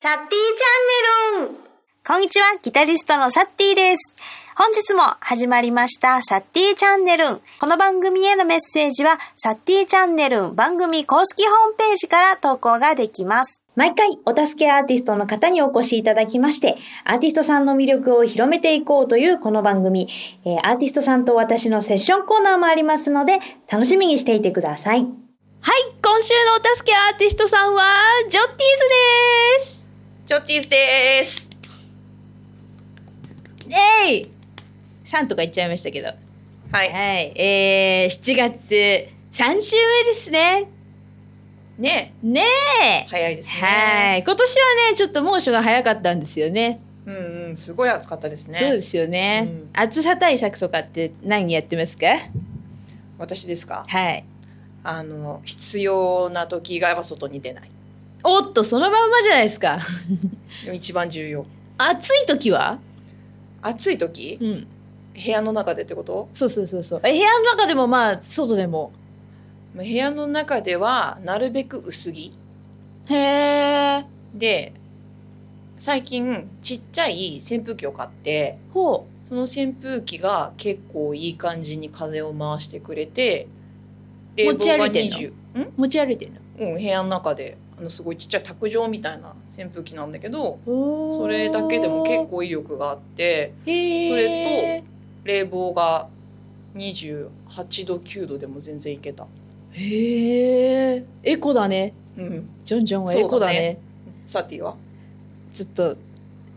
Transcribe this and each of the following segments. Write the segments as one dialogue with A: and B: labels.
A: サッティーチャンネル
B: こんにちは、ギタリストのサッティです。本日も始まりました、サッティチャンネルン。この番組へのメッセージは、サッティチャンネルン番組公式ホームページから投稿ができます。
C: 毎回お助けアーティストの方にお越しいただきまして、アーティストさんの魅力を広めていこうというこの番組、えーアーティストさんと私のセッションコーナーもありますので、楽しみにしていてください。
D: はい、今週のお助けアーティストさんは、ジョッティーズです。ジョッティーズです。えいさんとか言っちゃいましたけど。は
E: はい。
D: い、えー、7月3週目ですね。
E: ね、
D: ねえ。
E: 早いですね。
D: はい。今年はね、ちょっと猛暑が早かったんですよね。
E: うんうん、すごい暑かったですね。
D: そうですよね、
E: うん
D: 暑さ対策とかって何やってますか
E: 私ですか。
D: はい。
E: あの必要な時以外は外に出ない。
D: おっと、そのまんまじゃないです か。
E: でも一番重要。
D: 暑い時は
E: 暑い時
D: う、ん。
E: 部屋の中でってこと？
D: そうそうそうそう。え、部屋の中でもまあ、外でも。
E: まあ部屋の中ではなるべく薄着
D: へえ。
E: で、最近ちっちゃい扇風機を買って。
D: ほ
E: その扇風機が結構いい感じに風を回してくれて
D: 持ち歩いてんの
E: 冷房が20ん
D: う。持ち歩いてる
E: うん、部屋の中であのすごいちっちゃい卓上みたいな扇風機なんだけど
D: の。
E: それだけでも結。構威力があって
D: へえ。
E: それ冷房が28度9度でも全然いけた、
D: へえ。エコだね。
E: うん、
D: ジョンジョンはエコだね。
E: そうだサティは
D: ちょっと。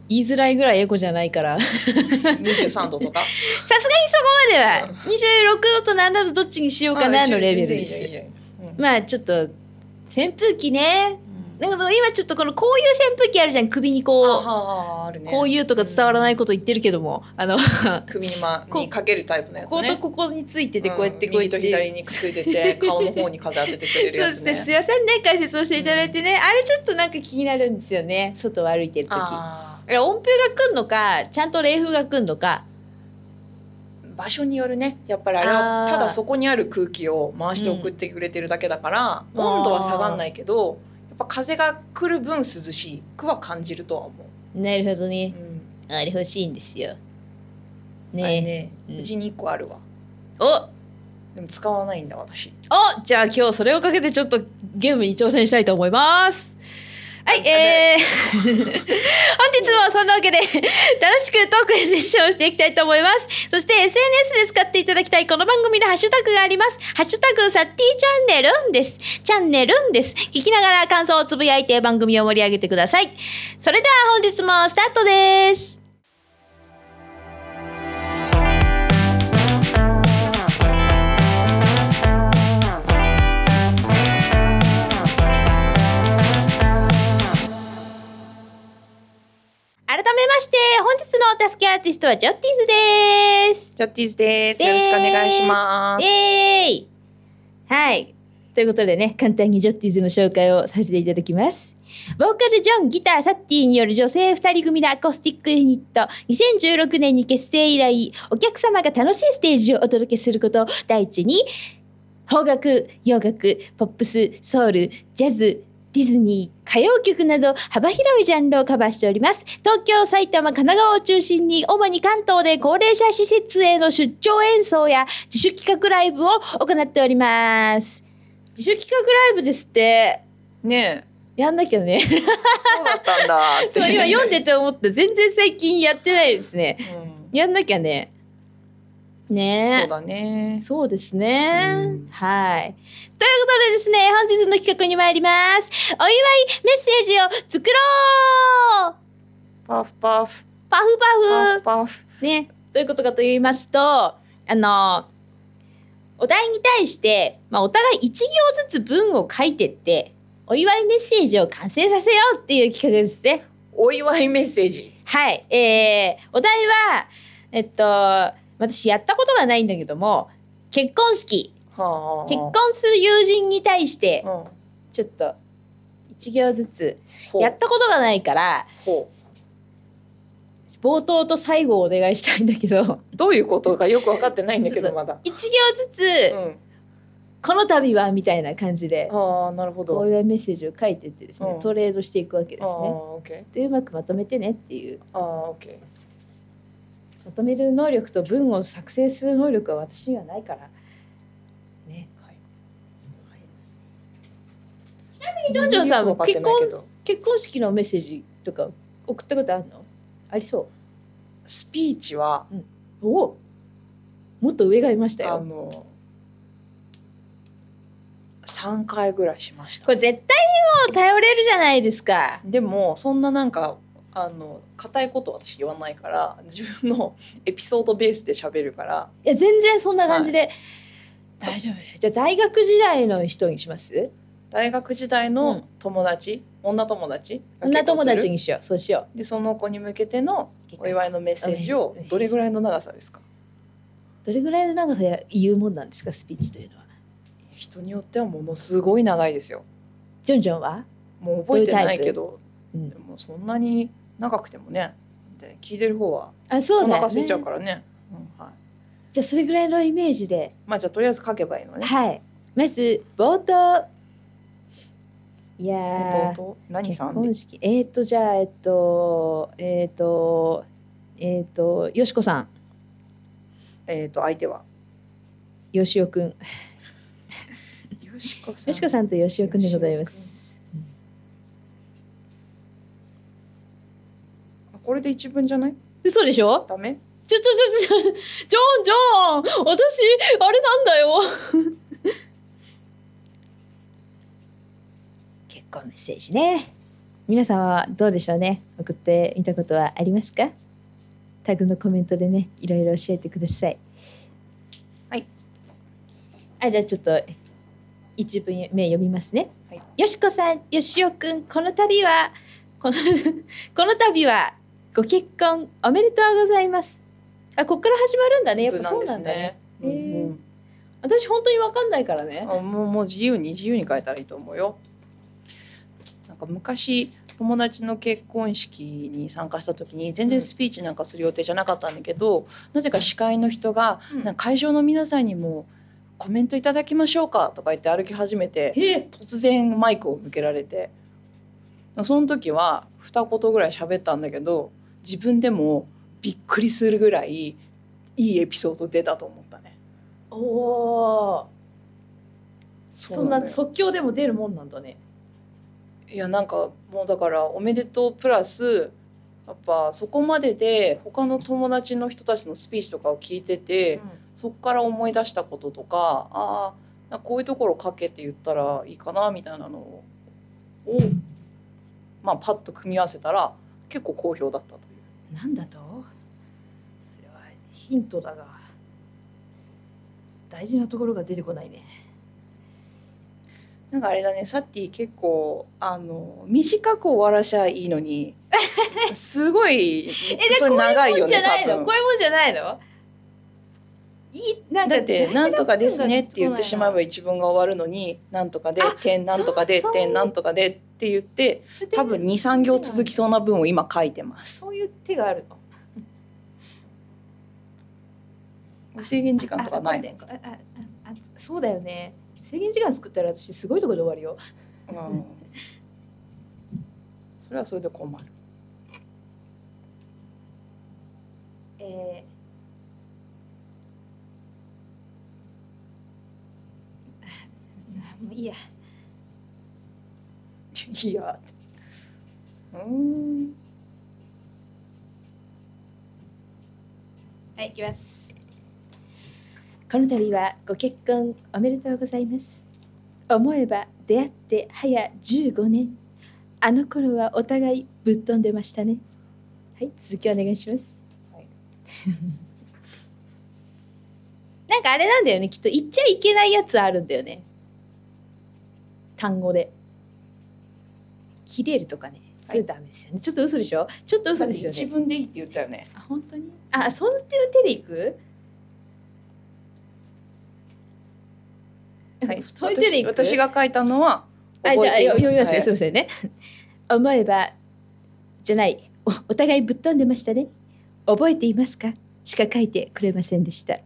D: 言いづらいぐらいエコじゃないから。さす
E: 23 度とか
D: がにそこまでは。二十六度と何度とどっちにしようかなのレベルで
E: あ全然いいじ
D: す。
E: ゃんいいじゃんうん
D: まあ、ちょっと。扇風機ね。だけど、今ちょっとこのこういう扇風機あるじゃん、首に
E: あ
D: こう。
E: はああるね
D: こういうとか伝わらないこと言ってるけども、あの、
E: 首に,、ま、
D: こう
E: にかけるタイプのや
D: こ
E: つ
D: こと
E: ね
D: ここについてて、こうやって
E: ん
D: こうやって。
E: 右と左にくっついてて顔の方に風当ててく れる
D: そう
E: や
D: で
E: つ
D: す
E: ね
D: ね。すいませんね、解説をしていただいてね。あれちょっとなんか気になるんですよね。外を歩いてる時。あ
E: あ
D: れ音符が来んのか、ちゃんと冷風が来んのか。
E: ー場所によるねやっぱりあれ
D: あ
E: は
D: ー
E: ただそこにある空気を回して送ってくれてるだけだから、
D: うん
E: 温度は下がんないけどやっぱ風が来る分涼しくは感じるとは思
D: なるほど
E: う、
D: ね。
E: う
D: あれ欲しいんですよ。
E: ん、あ
D: ね
E: れね
D: うん
E: うちに1個あるわ
D: お
E: でも使わないんだ私
D: おじゃあ今日それをかけてちょっとゲームに挑戦したいと思います。はい、
E: あ
D: えー、 本日もそんなわけで楽しくトークでセッションをしていきたいと思います。そして SNS で使っていただきたいこの番組のハッシュタグがあります。ハッシュタグサッティチャンネルンです。チャンネルンです。聞きながら感想をつぶやいて番組を盛り上げてください。それでは本日もスタートです。改めまして、本日のお助けアーティストはジョッティーズです。
E: ジャッティーズですよろしくお願いします
D: イエーイはい。ということでね、簡単にジョッティーズの紹介をさせていただきます。ボーカルジョン、ギター、サッティによる女性2人組のアコースティックユニット、2016年に結成以来、お客様が楽しいステージをお届けすることを第一に、邦楽、洋楽、ポップス、ソウル、ジャズ、ディズニー、歌謡曲など幅広いジャンルをカバーしております。東京、埼玉、神奈川を中心に主に関東で高齢者施設への出張演奏や自主企画ライブを行っております。自主企画ライブですって、
E: ねえ
D: やんなきゃね。
E: そうだったんだって
D: そう、今読んでて思った全然最近やってないですね。
E: うん
D: やんなきゃね。ねえ。
E: そうだね
D: そうですね。
E: うん
D: はい。ということでですね、本日の企画に参ります。お祝いメッセージを作ろう
E: パフパフ
D: パフ
E: パ
D: パ
E: フパフ
D: フね。どういうことかと言いますと、あの、お題に対して、まあ、お互い1行ずつ文を書いてって、お祝いメッセージを完成させようっていう企画ですね。
E: お祝いメッセージ
D: はい。えー、お題は、えっと、私やったことがないんだけども、結婚式。
E: はあ
D: 結婚する友人に対して、
E: うん
D: ちょっと一行ずつ
E: ほう
D: やったことがないから
E: ほ
D: 冒頭と最後をお願いしたいんだけど
E: うどういうことかよく分かってないんだけどまだ
D: 一行ずつ
E: うん
D: この度はみたいな感じで
E: ああなるほど
D: お祝いメッセージを書いてってですね、
E: うん
D: トレードしていくわけで
E: あ
D: す
E: あ
D: ね。
E: オッケ
D: でうまくまとめてねっていう
E: ーああオッケ
D: まとめる能力と文を作成する能力は私にはないから。ね。
E: ーはい
D: ジョンジョンさん
E: よくわかってないけど
D: 結婚式のメッセージとか送ったことあるのありそ
E: スピーチは
D: う。おおもっと上がいました
E: あ
D: よ。
E: の3回ぐらいしました
D: これ絶対にもう頼れるじゃないですか。
E: でもそんななんかあの固いこと私言わないから自分の エピソードベースで喋るから
D: いや全然そんな感じで、大丈夫ねじゃあ大学時代の人にします
E: 大学時代の友達、女友達が
D: 女
E: 結婚
D: 友
E: する
D: 達にしようそうしよ
E: でその子に向けての
D: う
E: お祝いのメッセージをどれぐらいの長さですか
D: どれぐらいの長さや言うもんなんですかスピーチというのは
E: 人によってはものすごい長いですよ
D: ジョンジョンは
E: もう覚えてないけど
D: どういうタイプ
E: でもそんなに長くてもねで聞いてる方は
D: あそう
E: お
D: だよ、ね、
E: 腹空いちゃうからねうんはい、
D: じゃあそれぐらいのイメージで
E: まあじゃあとりあえず書けばいいのね
D: はいまず冒頭いや
E: 冒
D: ー
E: 頭何
D: 結
E: さん
D: 婚式えっ、ー、とじゃあえっ、とえっ、とえっ、とよしこさん
E: えっ、と相手は
D: よしおくんよ
E: よしこさ
D: しこさんとよしおくんでございます
E: これで一文じゃない
D: 嘘でしょ
E: ダメ
D: ちょちょちょちょ、ジョンジョン、私、あれなんだよ。結婚メッセージね。皆さんはどうでしょうね。送ってみたことはありますかタグのコメントでね、いろいろ教えてください。
E: はい。
D: あ、じゃあちょっと、一文目読みますね。
E: はい
D: よしこさん、よしおくん、この度は、この、 この度は、ご結婚おめでとうございます。あ、こっから始まるんだね。やっぱそうなんだね。
E: 無難ですね
D: へー私本当にわかんないからね。
E: うんうんあもうもう自由に自由に書いたらいいと思うよなんか昔友達の結婚式に参加した時に全然スピーチなんかする予定じゃなかったんだけど、なぜか司会の人が、
D: うん
E: なんか会場の皆さんにもコメントいただきましょうかとか言って歩き始めて
D: へえ。
E: 突然マイクを向けられてその時は二言ぐらい喋ったんだけど自分でもびっくりするぐらいいいエピソード出たと思ったね
D: おお。
E: そ
D: そん
E: な
D: な即興でも出るもんなんだね。
E: いやなんかもうだからおめでとうプラスやっぱそこまでで他の友達の人たちのスピーチとかを聞いてて、そこから思い出したこととかああこういうところ書けって言ったらいいかなみたいなのををまあパッと組み合わせたら結構好評だったという。
D: なんだとそれはヒントだが大事なところが出てこないね
E: なんかあれだね、サッティ結構、あの、短く終わらしゃいいのに、すすご い、それ長いよ
D: じ
E: ね
D: ゃない、
E: 多
D: の
E: 分
D: こう。いうもんじゃないのいいなんか
E: だって、なんとかですねって言ってしまえば
D: いい
E: 一文が終わるのに、なんとかで
D: あ、
E: 点なんとかで
D: そう、
E: 点なんとかでって言って、多分2、3行続きそうな文を今書いてます。
D: そういう手があるの
E: 制限時間とかないの
D: ああああそうだよね制限時間作ったら私すごいところで終わるよ
E: うんそれはそれで困る。
D: えー、もういいや
E: いやって。うーん。
D: はい、行きます。この度はご結婚おめでとうございます。思えば出会って早15年。あの頃はお互いぶっ飛んでましたね。はい、続きお願い します。
E: はい
D: なんかあれなんだよね、きっと言っちゃいけないやつあるんだよね。単語で。切れるとかね。それダメですよね。ちょっと嘘でしょちょっと嘘ですよね。
E: 自分でいいって言ったよね。
D: あ本当にあその手の手でいく
E: はい、
D: そういう手でいく
E: 私私が書いたのは
D: あじゃあ
E: いる
D: 読みますね、
E: はい
D: すみませんね 思えばじゃないおお互いぶっ飛んでましたね覚えていますかしか書いてくれませんでした
E: って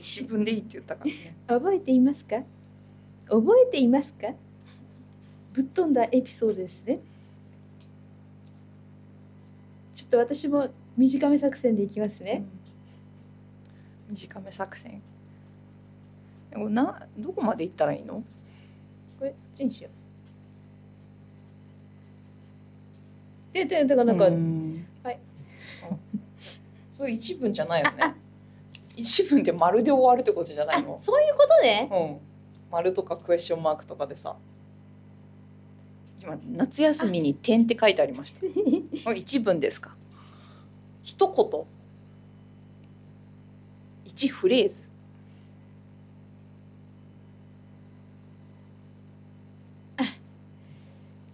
E: 自分でいいって言ったからね。
D: 覚えていますか覚えていますかぶっ飛んだエピソードですねちょっと私も短め作戦でいきますね、
E: うん短め作戦でもなどこまで行ったらいいの
D: これこっちにしようででだからなんか、
E: うん
D: はい
E: うんそれ一文じゃないよね一文で丸で終わるってことじゃな
D: あ
E: いの
D: そういうこと ね
E: うん丸とかクエスチョンマークとかでさ今夏休みに点って書いてあり ましたこれ一文ですか一言一フレーズ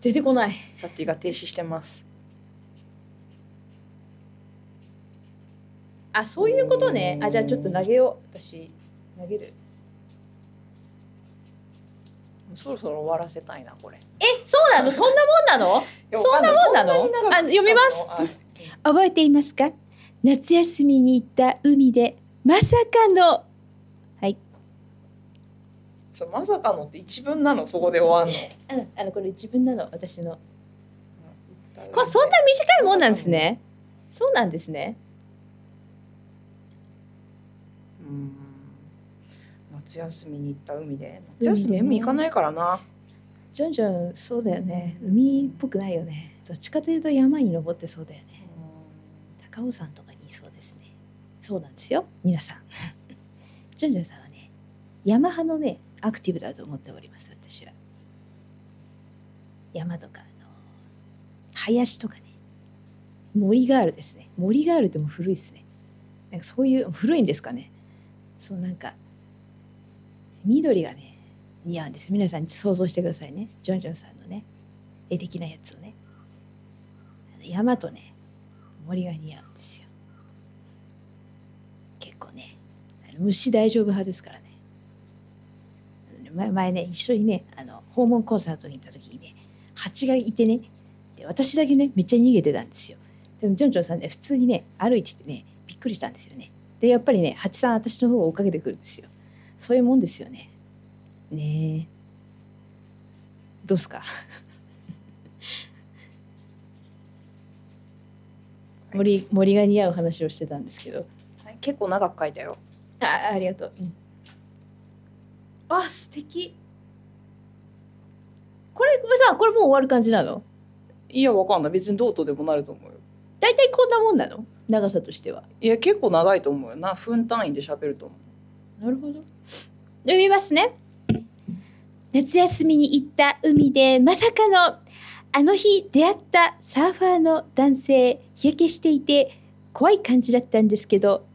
D: 出てこない
E: サティが停止してます
D: あそういうことねあじゃあちょっと投げよう私投げる
E: もうそろそろ終わらせたいなこれ
D: えそうな のそんなもんなの
E: いや
D: そんなもんなの
E: わかいそんなに長く
D: あ読みます
E: あのあ
D: 覚えていますか夏休みに行った海でまさかの
E: そうまさかのって一文なのそこで終わん
D: うんあのこれ自分なの私の
E: の
D: こそんな短いもんなんですねそうなんですね
E: うん夏休みに行った海で夏休み海行かないからな
D: ジョンジョンそうだよね海っぽくないよねどっちかというと山に登ってそうだよね高尾山とかにいそうですねそうなんですよ皆さん ジョンジョンさんはね山派のねアクティブだと思っております私は山とかあの林とかね森ガールですね森ガールってもう古いですねなんかそういう古いんですかねそうなんか緑がね似合うんですよ皆さん想像してくださいねジョンジョンさんのね絵的なやつをねあの山とね森が似合うんですよ結構ねあの虫大丈夫派ですからね前前ね一緒にねあの訪問コンサートに行った時にね蜂がいてねで私だけねめっちゃ逃げてたんですよでもジョンジョンさんね普通にね歩いててねびっくりしたんですよねでやっぱりね蜂さん私の方を追っかけてくるんですよそういうもんですよねねえどうっすか森森が似合う話をしてたんですけど
E: はい結構長く書いたよ
D: あありがとう。うんあ素敵これさこれもう終わる感じなの
E: いやわかんない別にどうとでもなると思うよ
D: 大体こんなもんなの長さとしては。
E: いや結構長いと思うよな分単位で喋ると思う
D: なるほど。読みますね。夏休みに行った海でまさかのあの日出会ったサーファーの男性日焼けしていて怖い感じだったんですけど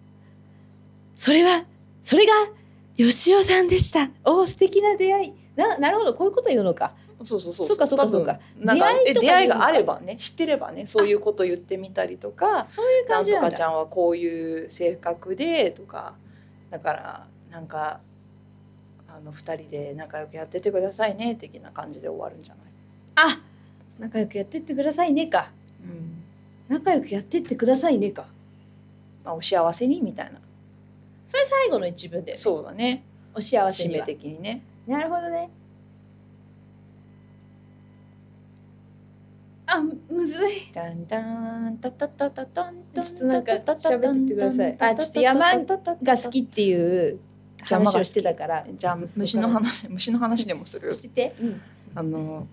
D: それはそれが吉尾さんでしたおー素敵な出会いななるほどこういうこと言うのか
E: そうそうそう
D: そうかそうかそうか
E: 多分なん
D: 出
E: か
D: 会い
E: え
D: とか
E: 出会い
D: 言うの
E: が
D: か
E: あればね知ってればねそういうこと言ってみたりとか
D: そういう
E: な
D: 感
E: ん
D: じ
E: と
D: なんだ
E: かちゃんはこういう性格でとかだからなんかあの二人で仲良くやってってくださいね的な感じで終わるんじゃない、
D: あ仲良くやってってくださいねか
E: うん
D: 仲良くやってってくださいねか
E: まあ、お幸せにみたいな
D: それ最後の一文で
E: そうだね
D: お幸せ
E: 締
D: に
E: め
D: は
E: 的にね
D: なるほどねあむずい
E: 「タンタンタタタタタンタン
D: ちょっとなんか
E: タタタ
D: 喋
E: タン
D: ってってくださいあちょっと山が好きっていう話をしてたから
E: じゃあ虫の話虫の話でもする
D: してて、うん、
E: あの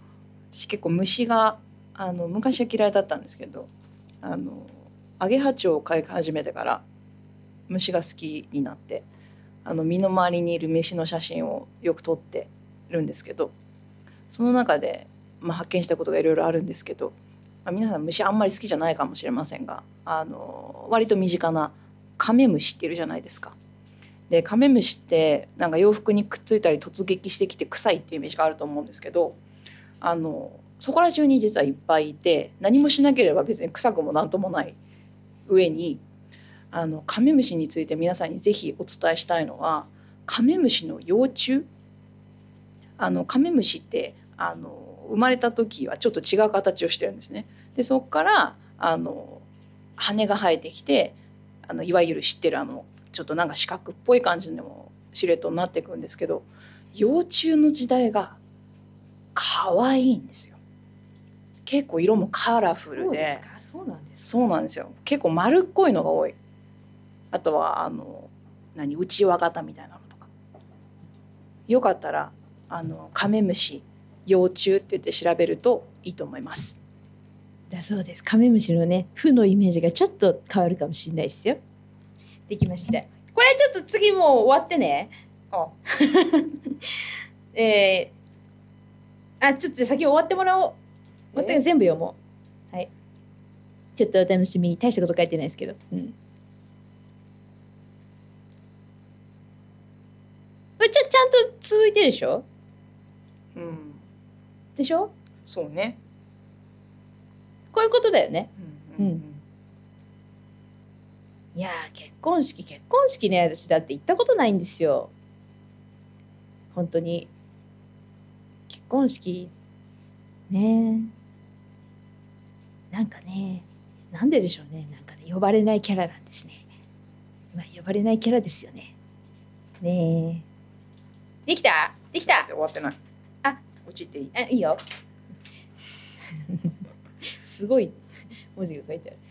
E: 私結構虫があの昔は嫌いだったんですけどあのアゲハチョウを飼い始めてから虫が好きになってあの身の回りにいる虫の写真をよく撮ってるんですけどその中で、まあ、発見したことがいろいろあるんですけど、まあ、皆さん虫あんまり好きじゃないかもしれませんがあの割と身近なカメムシっているじゃないですか。でカメムシってなんか洋服にくっついたり突撃してきて臭いっていうイメージがあると思うんですけどあのそこら中に実はいっぱいいて何もしなければ別に臭くも何ともない上にあのカメムシについて皆さんにぜひお伝えしたいのはカメムシの幼虫あのカメムシってあの生まれた時はちょっと違う形をしてるんですね。でそこからあの羽が生えてきてあのいわゆる知ってるあのちょっとなんか四角っぽい感じでもシルエットになっていくんですけど幼虫の時代が可愛いんですよ結構色もカラフルで
D: かそうなんです
E: そうなんですよ結構丸っこいのが多いあとはあの何内輪型みたいなのとかよかったらあのカメムシ幼虫って言って調べるといいと思います
D: だそうですカメムシのね負のイメージがちょっと変わるかもしれないですよできましたこれちょっと次もう終わってね
E: あ
D: えー、あちょっと先終わってもらおう終わって全部読もうはいちょっとお楽しみに大したこと書いてないですけどうんこれちょちゃんと続いてるでしょ
E: うん
D: でしょ
E: そうね
D: こういうことだよね
E: うんうん
D: ういやー結婚式結婚式ね私だって行ったことないんですよ本当に結婚式ねえなんかねなんででしょうねなんかね呼ばれないキャラなんですね今呼ばれないキャラですよねねえできたできた
E: 終わってない
D: あ
E: 落ちていい
D: あいいよすごい文字が書いてある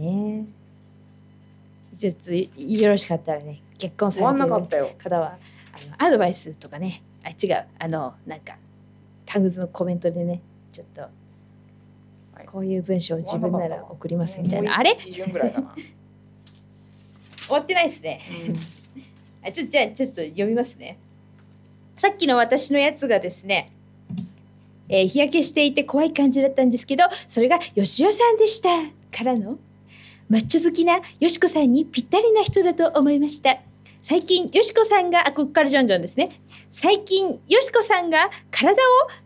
D: ねえちょっとよろしかったらね結婚さ
E: 終
D: れてる
E: わんなかったよ
D: 方はあのアドバイスとかねあ違うあのなんかタグのコメントでねちょっと、
E: い
D: こういう文章を自分なら送りますみたい
E: もう
D: なあれ
E: 基準ぐらいだ な、
D: 終わってないですねあちょじゃあちょっと読みますね。さっきの私のやつがですね、えー日焼けしていて怖い感じだったんですけど、それがよしおさんでしたからの、マッチョ好きなよしこさんにぴったりな人だと思いました。最近、よしこさんが、あ、こっからジョンジョンですね。最近、よしこさんが体を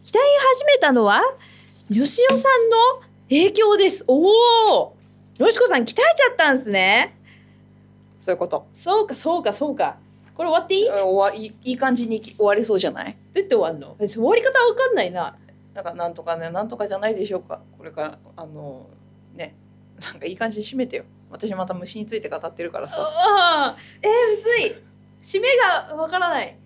D: 鍛え始めたのは、よしおさんの影響です。おーよしこさん鍛えちゃったんですね。
E: そういうこと
D: そうか、そうか、そうか。これ終わっていい
E: うん終わいいいい感じに終わりそうじゃな
D: ど
E: い
D: うやって終わんの私終わり方わかんないな。
E: なんかなんとかねなんとかじゃないでしょうかこれからあのねなんかいい感じに締めてよ私また虫について語ってるからさ
D: ああ、えー、むずい。締めがわからない。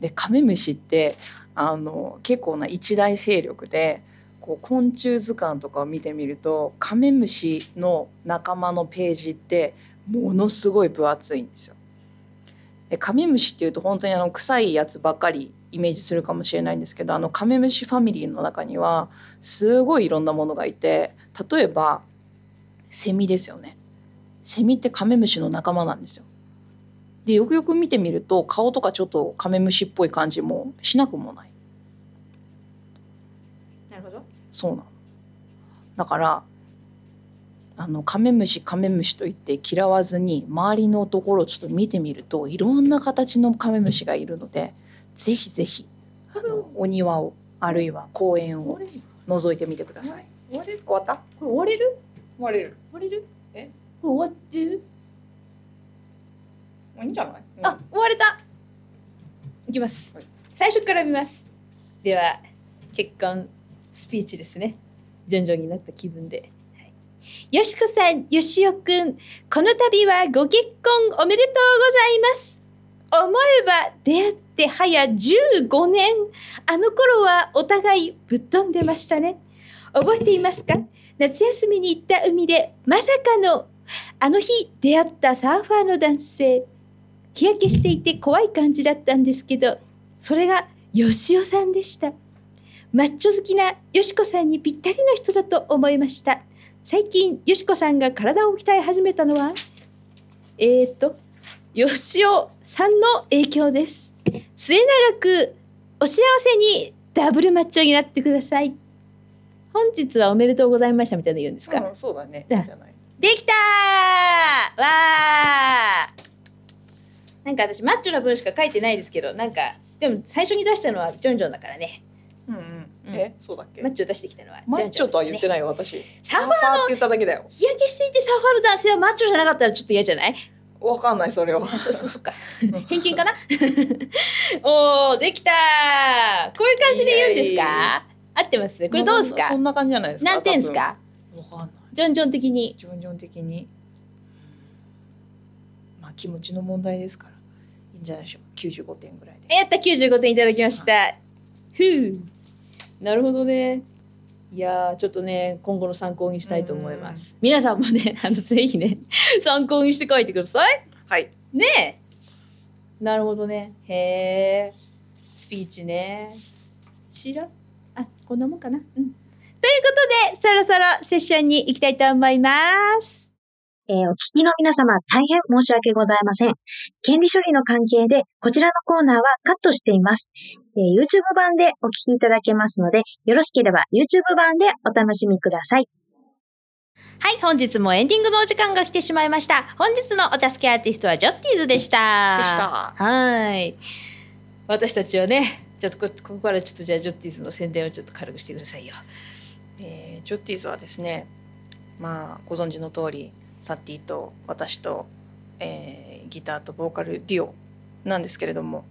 E: でカメムシってあの結構な一大勢力でこう昆虫図鑑とかを見てみるとカメムシの仲間のページってものすごい分厚いんですよ。でカメムシっていうと本当にあの臭いやつばっかりイメージするかもしれないんですけどあのカメムシファミリーの中にはすごいいろんなものがいて例えばセミですよね。セミってカメムシの仲間なんですよ。でよくよく見てみると顔とかちょっとカメムシっぽい感じもしなくもない
D: なるほど。
E: そうなのだからあのカメムシカメムシと言って嫌わずに周りのところをちょっと見てみるといろんな形のカメムシがいるのでぜひぜひあのお庭をあるいは公園
D: 終わ
E: を
D: れる終
E: 覗いてみてください
D: われる
E: 終わった
D: これ終われる
E: 終われる
D: 終われる
E: え
D: これ終わってる、
E: もういいんじゃない、
D: あ、終われたいきます、
E: はい
D: 最初から見ます。では、結婚スピーチですね。ジョンジョンになった気分で。はいよしこさん、よしおくん、この度はご結婚おめでとうございます。思えば出会って早15年あの頃はお互いぶっ飛んでましたね覚えていますか夏休みに行った海でまさかのあの日出会ったサーファーの男性日焼けしていて怖い感じだったんですけどそれがよしおさんでしたマッチョ好きなよしこさんにぴったりの人だと思いました最近よしこさんが体を鍛え始めたのはえーとよしおさんの影響です。末永くお幸せにダブルマッチョになってください。本日はおめでとうございましたみたいなの言うんですか、
E: うんそうだねい
D: だ
E: いんじゃない
D: できたーわーなんか私マッチョな文しか書いてないですけど、なんか、でも最初に出したのはジョンジョンだからね。
E: うんうん、えそうだっけ
D: マッチョを出してきたのは
E: マッチョとは言って
D: ない。
E: ないよ私
D: サーファーの
E: ーって言っただけだよ
D: 日焼けしていてサーファーの男性はマッチョじゃなかったらちょっと嫌じゃない
E: わかんないそれは
D: あそそそっか偏見かなおーできたーこういう感じで言うんです
E: いやいや
D: か合ってますこれどうです
E: そ
D: か
E: んな感じじゃないですか
D: 何点ですか
E: 多分わかんない
D: ジョンジョン的に。
E: ジョンジョン的にまあ気持ちの問題ですからいいんじゃないでしょう95点ぐらいで
D: やった、95点いただきました。ふう。なるほどね。いやーちょっとね今後の参考にしたいと思います。皆さんもね あのぜひね参考にして書いてください。
E: はい
D: ねえなるほどねへえスピーチねちらあこんなもんかなうんということでそろそろセッションに行きたいと思います
B: えーお聞きの皆様、大変申し訳ございません。権利処理の関係で、こちらのコーナーはカットしています。えー YouTube 版でお聞きいただけますので、よろしければ YouTube 版でお楽しみください。
D: はい本日もエンディングのお時間が来てしまいました本日のお助けアーティストはジョッティーズでした
E: でした
D: はい私たちはねちょっとこここからちょっとじゃあジョッティーズの宣伝をちょっと軽くしてくださいよ
E: えージョッティーズはですねまあご存知の通りサッティと私と、えーギターとボーカルデュオなんですけれども、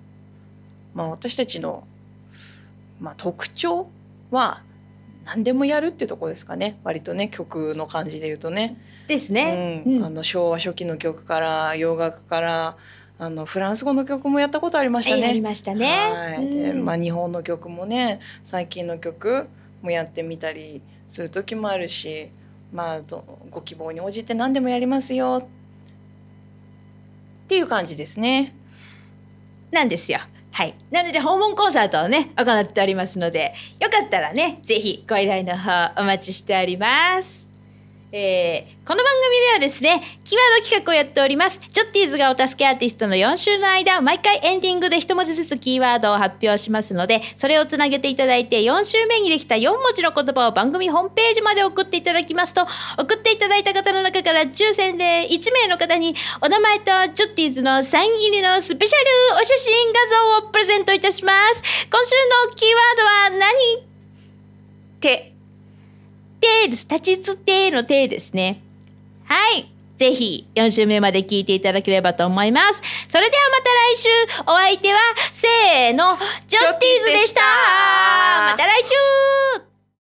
E: まあ、私たちの、まあ、特徴は何でもやるってとこですかね割とね曲の感じで言うとね。
D: ですね、
E: うん
D: うん
E: あの昭和初期の曲から洋楽からあのフランス語の曲もやったことありました
D: えーやり
E: ね。
D: ましたね
E: はいで
D: うん
E: まあ、日本の曲もね最近の曲もやってみたりする時もあるし、まあ、どご希望に応じて何でもやりますよっていう感じですね。
D: なんですよ。はい。なので、訪問コンサートをね、行っておりますので、よかったらね、ぜひご依頼の方お待ちしております。えーこの番組ではですね、キーワード企画をやっております。ジョッティーズがお助けアーティストの4週の間、毎回エンディングで一文字ずつキーワードを発表しますので、それをつなげていただいて、4週目にできた4文字の言葉を番組ホームページまで送っていただきますと、送っていただいた方の中から抽選で1名の方にお名前とジョッティーズのサイン入りのスペシャルお写真画像をプレゼントいたします。今週のキーワードは何
E: て
D: テーです。立ちつてーのてーですね。はい。ぜひ、4週目まで聞いていただければと思います。それではまた来週、お相手は、せーの、ジョッティーズでした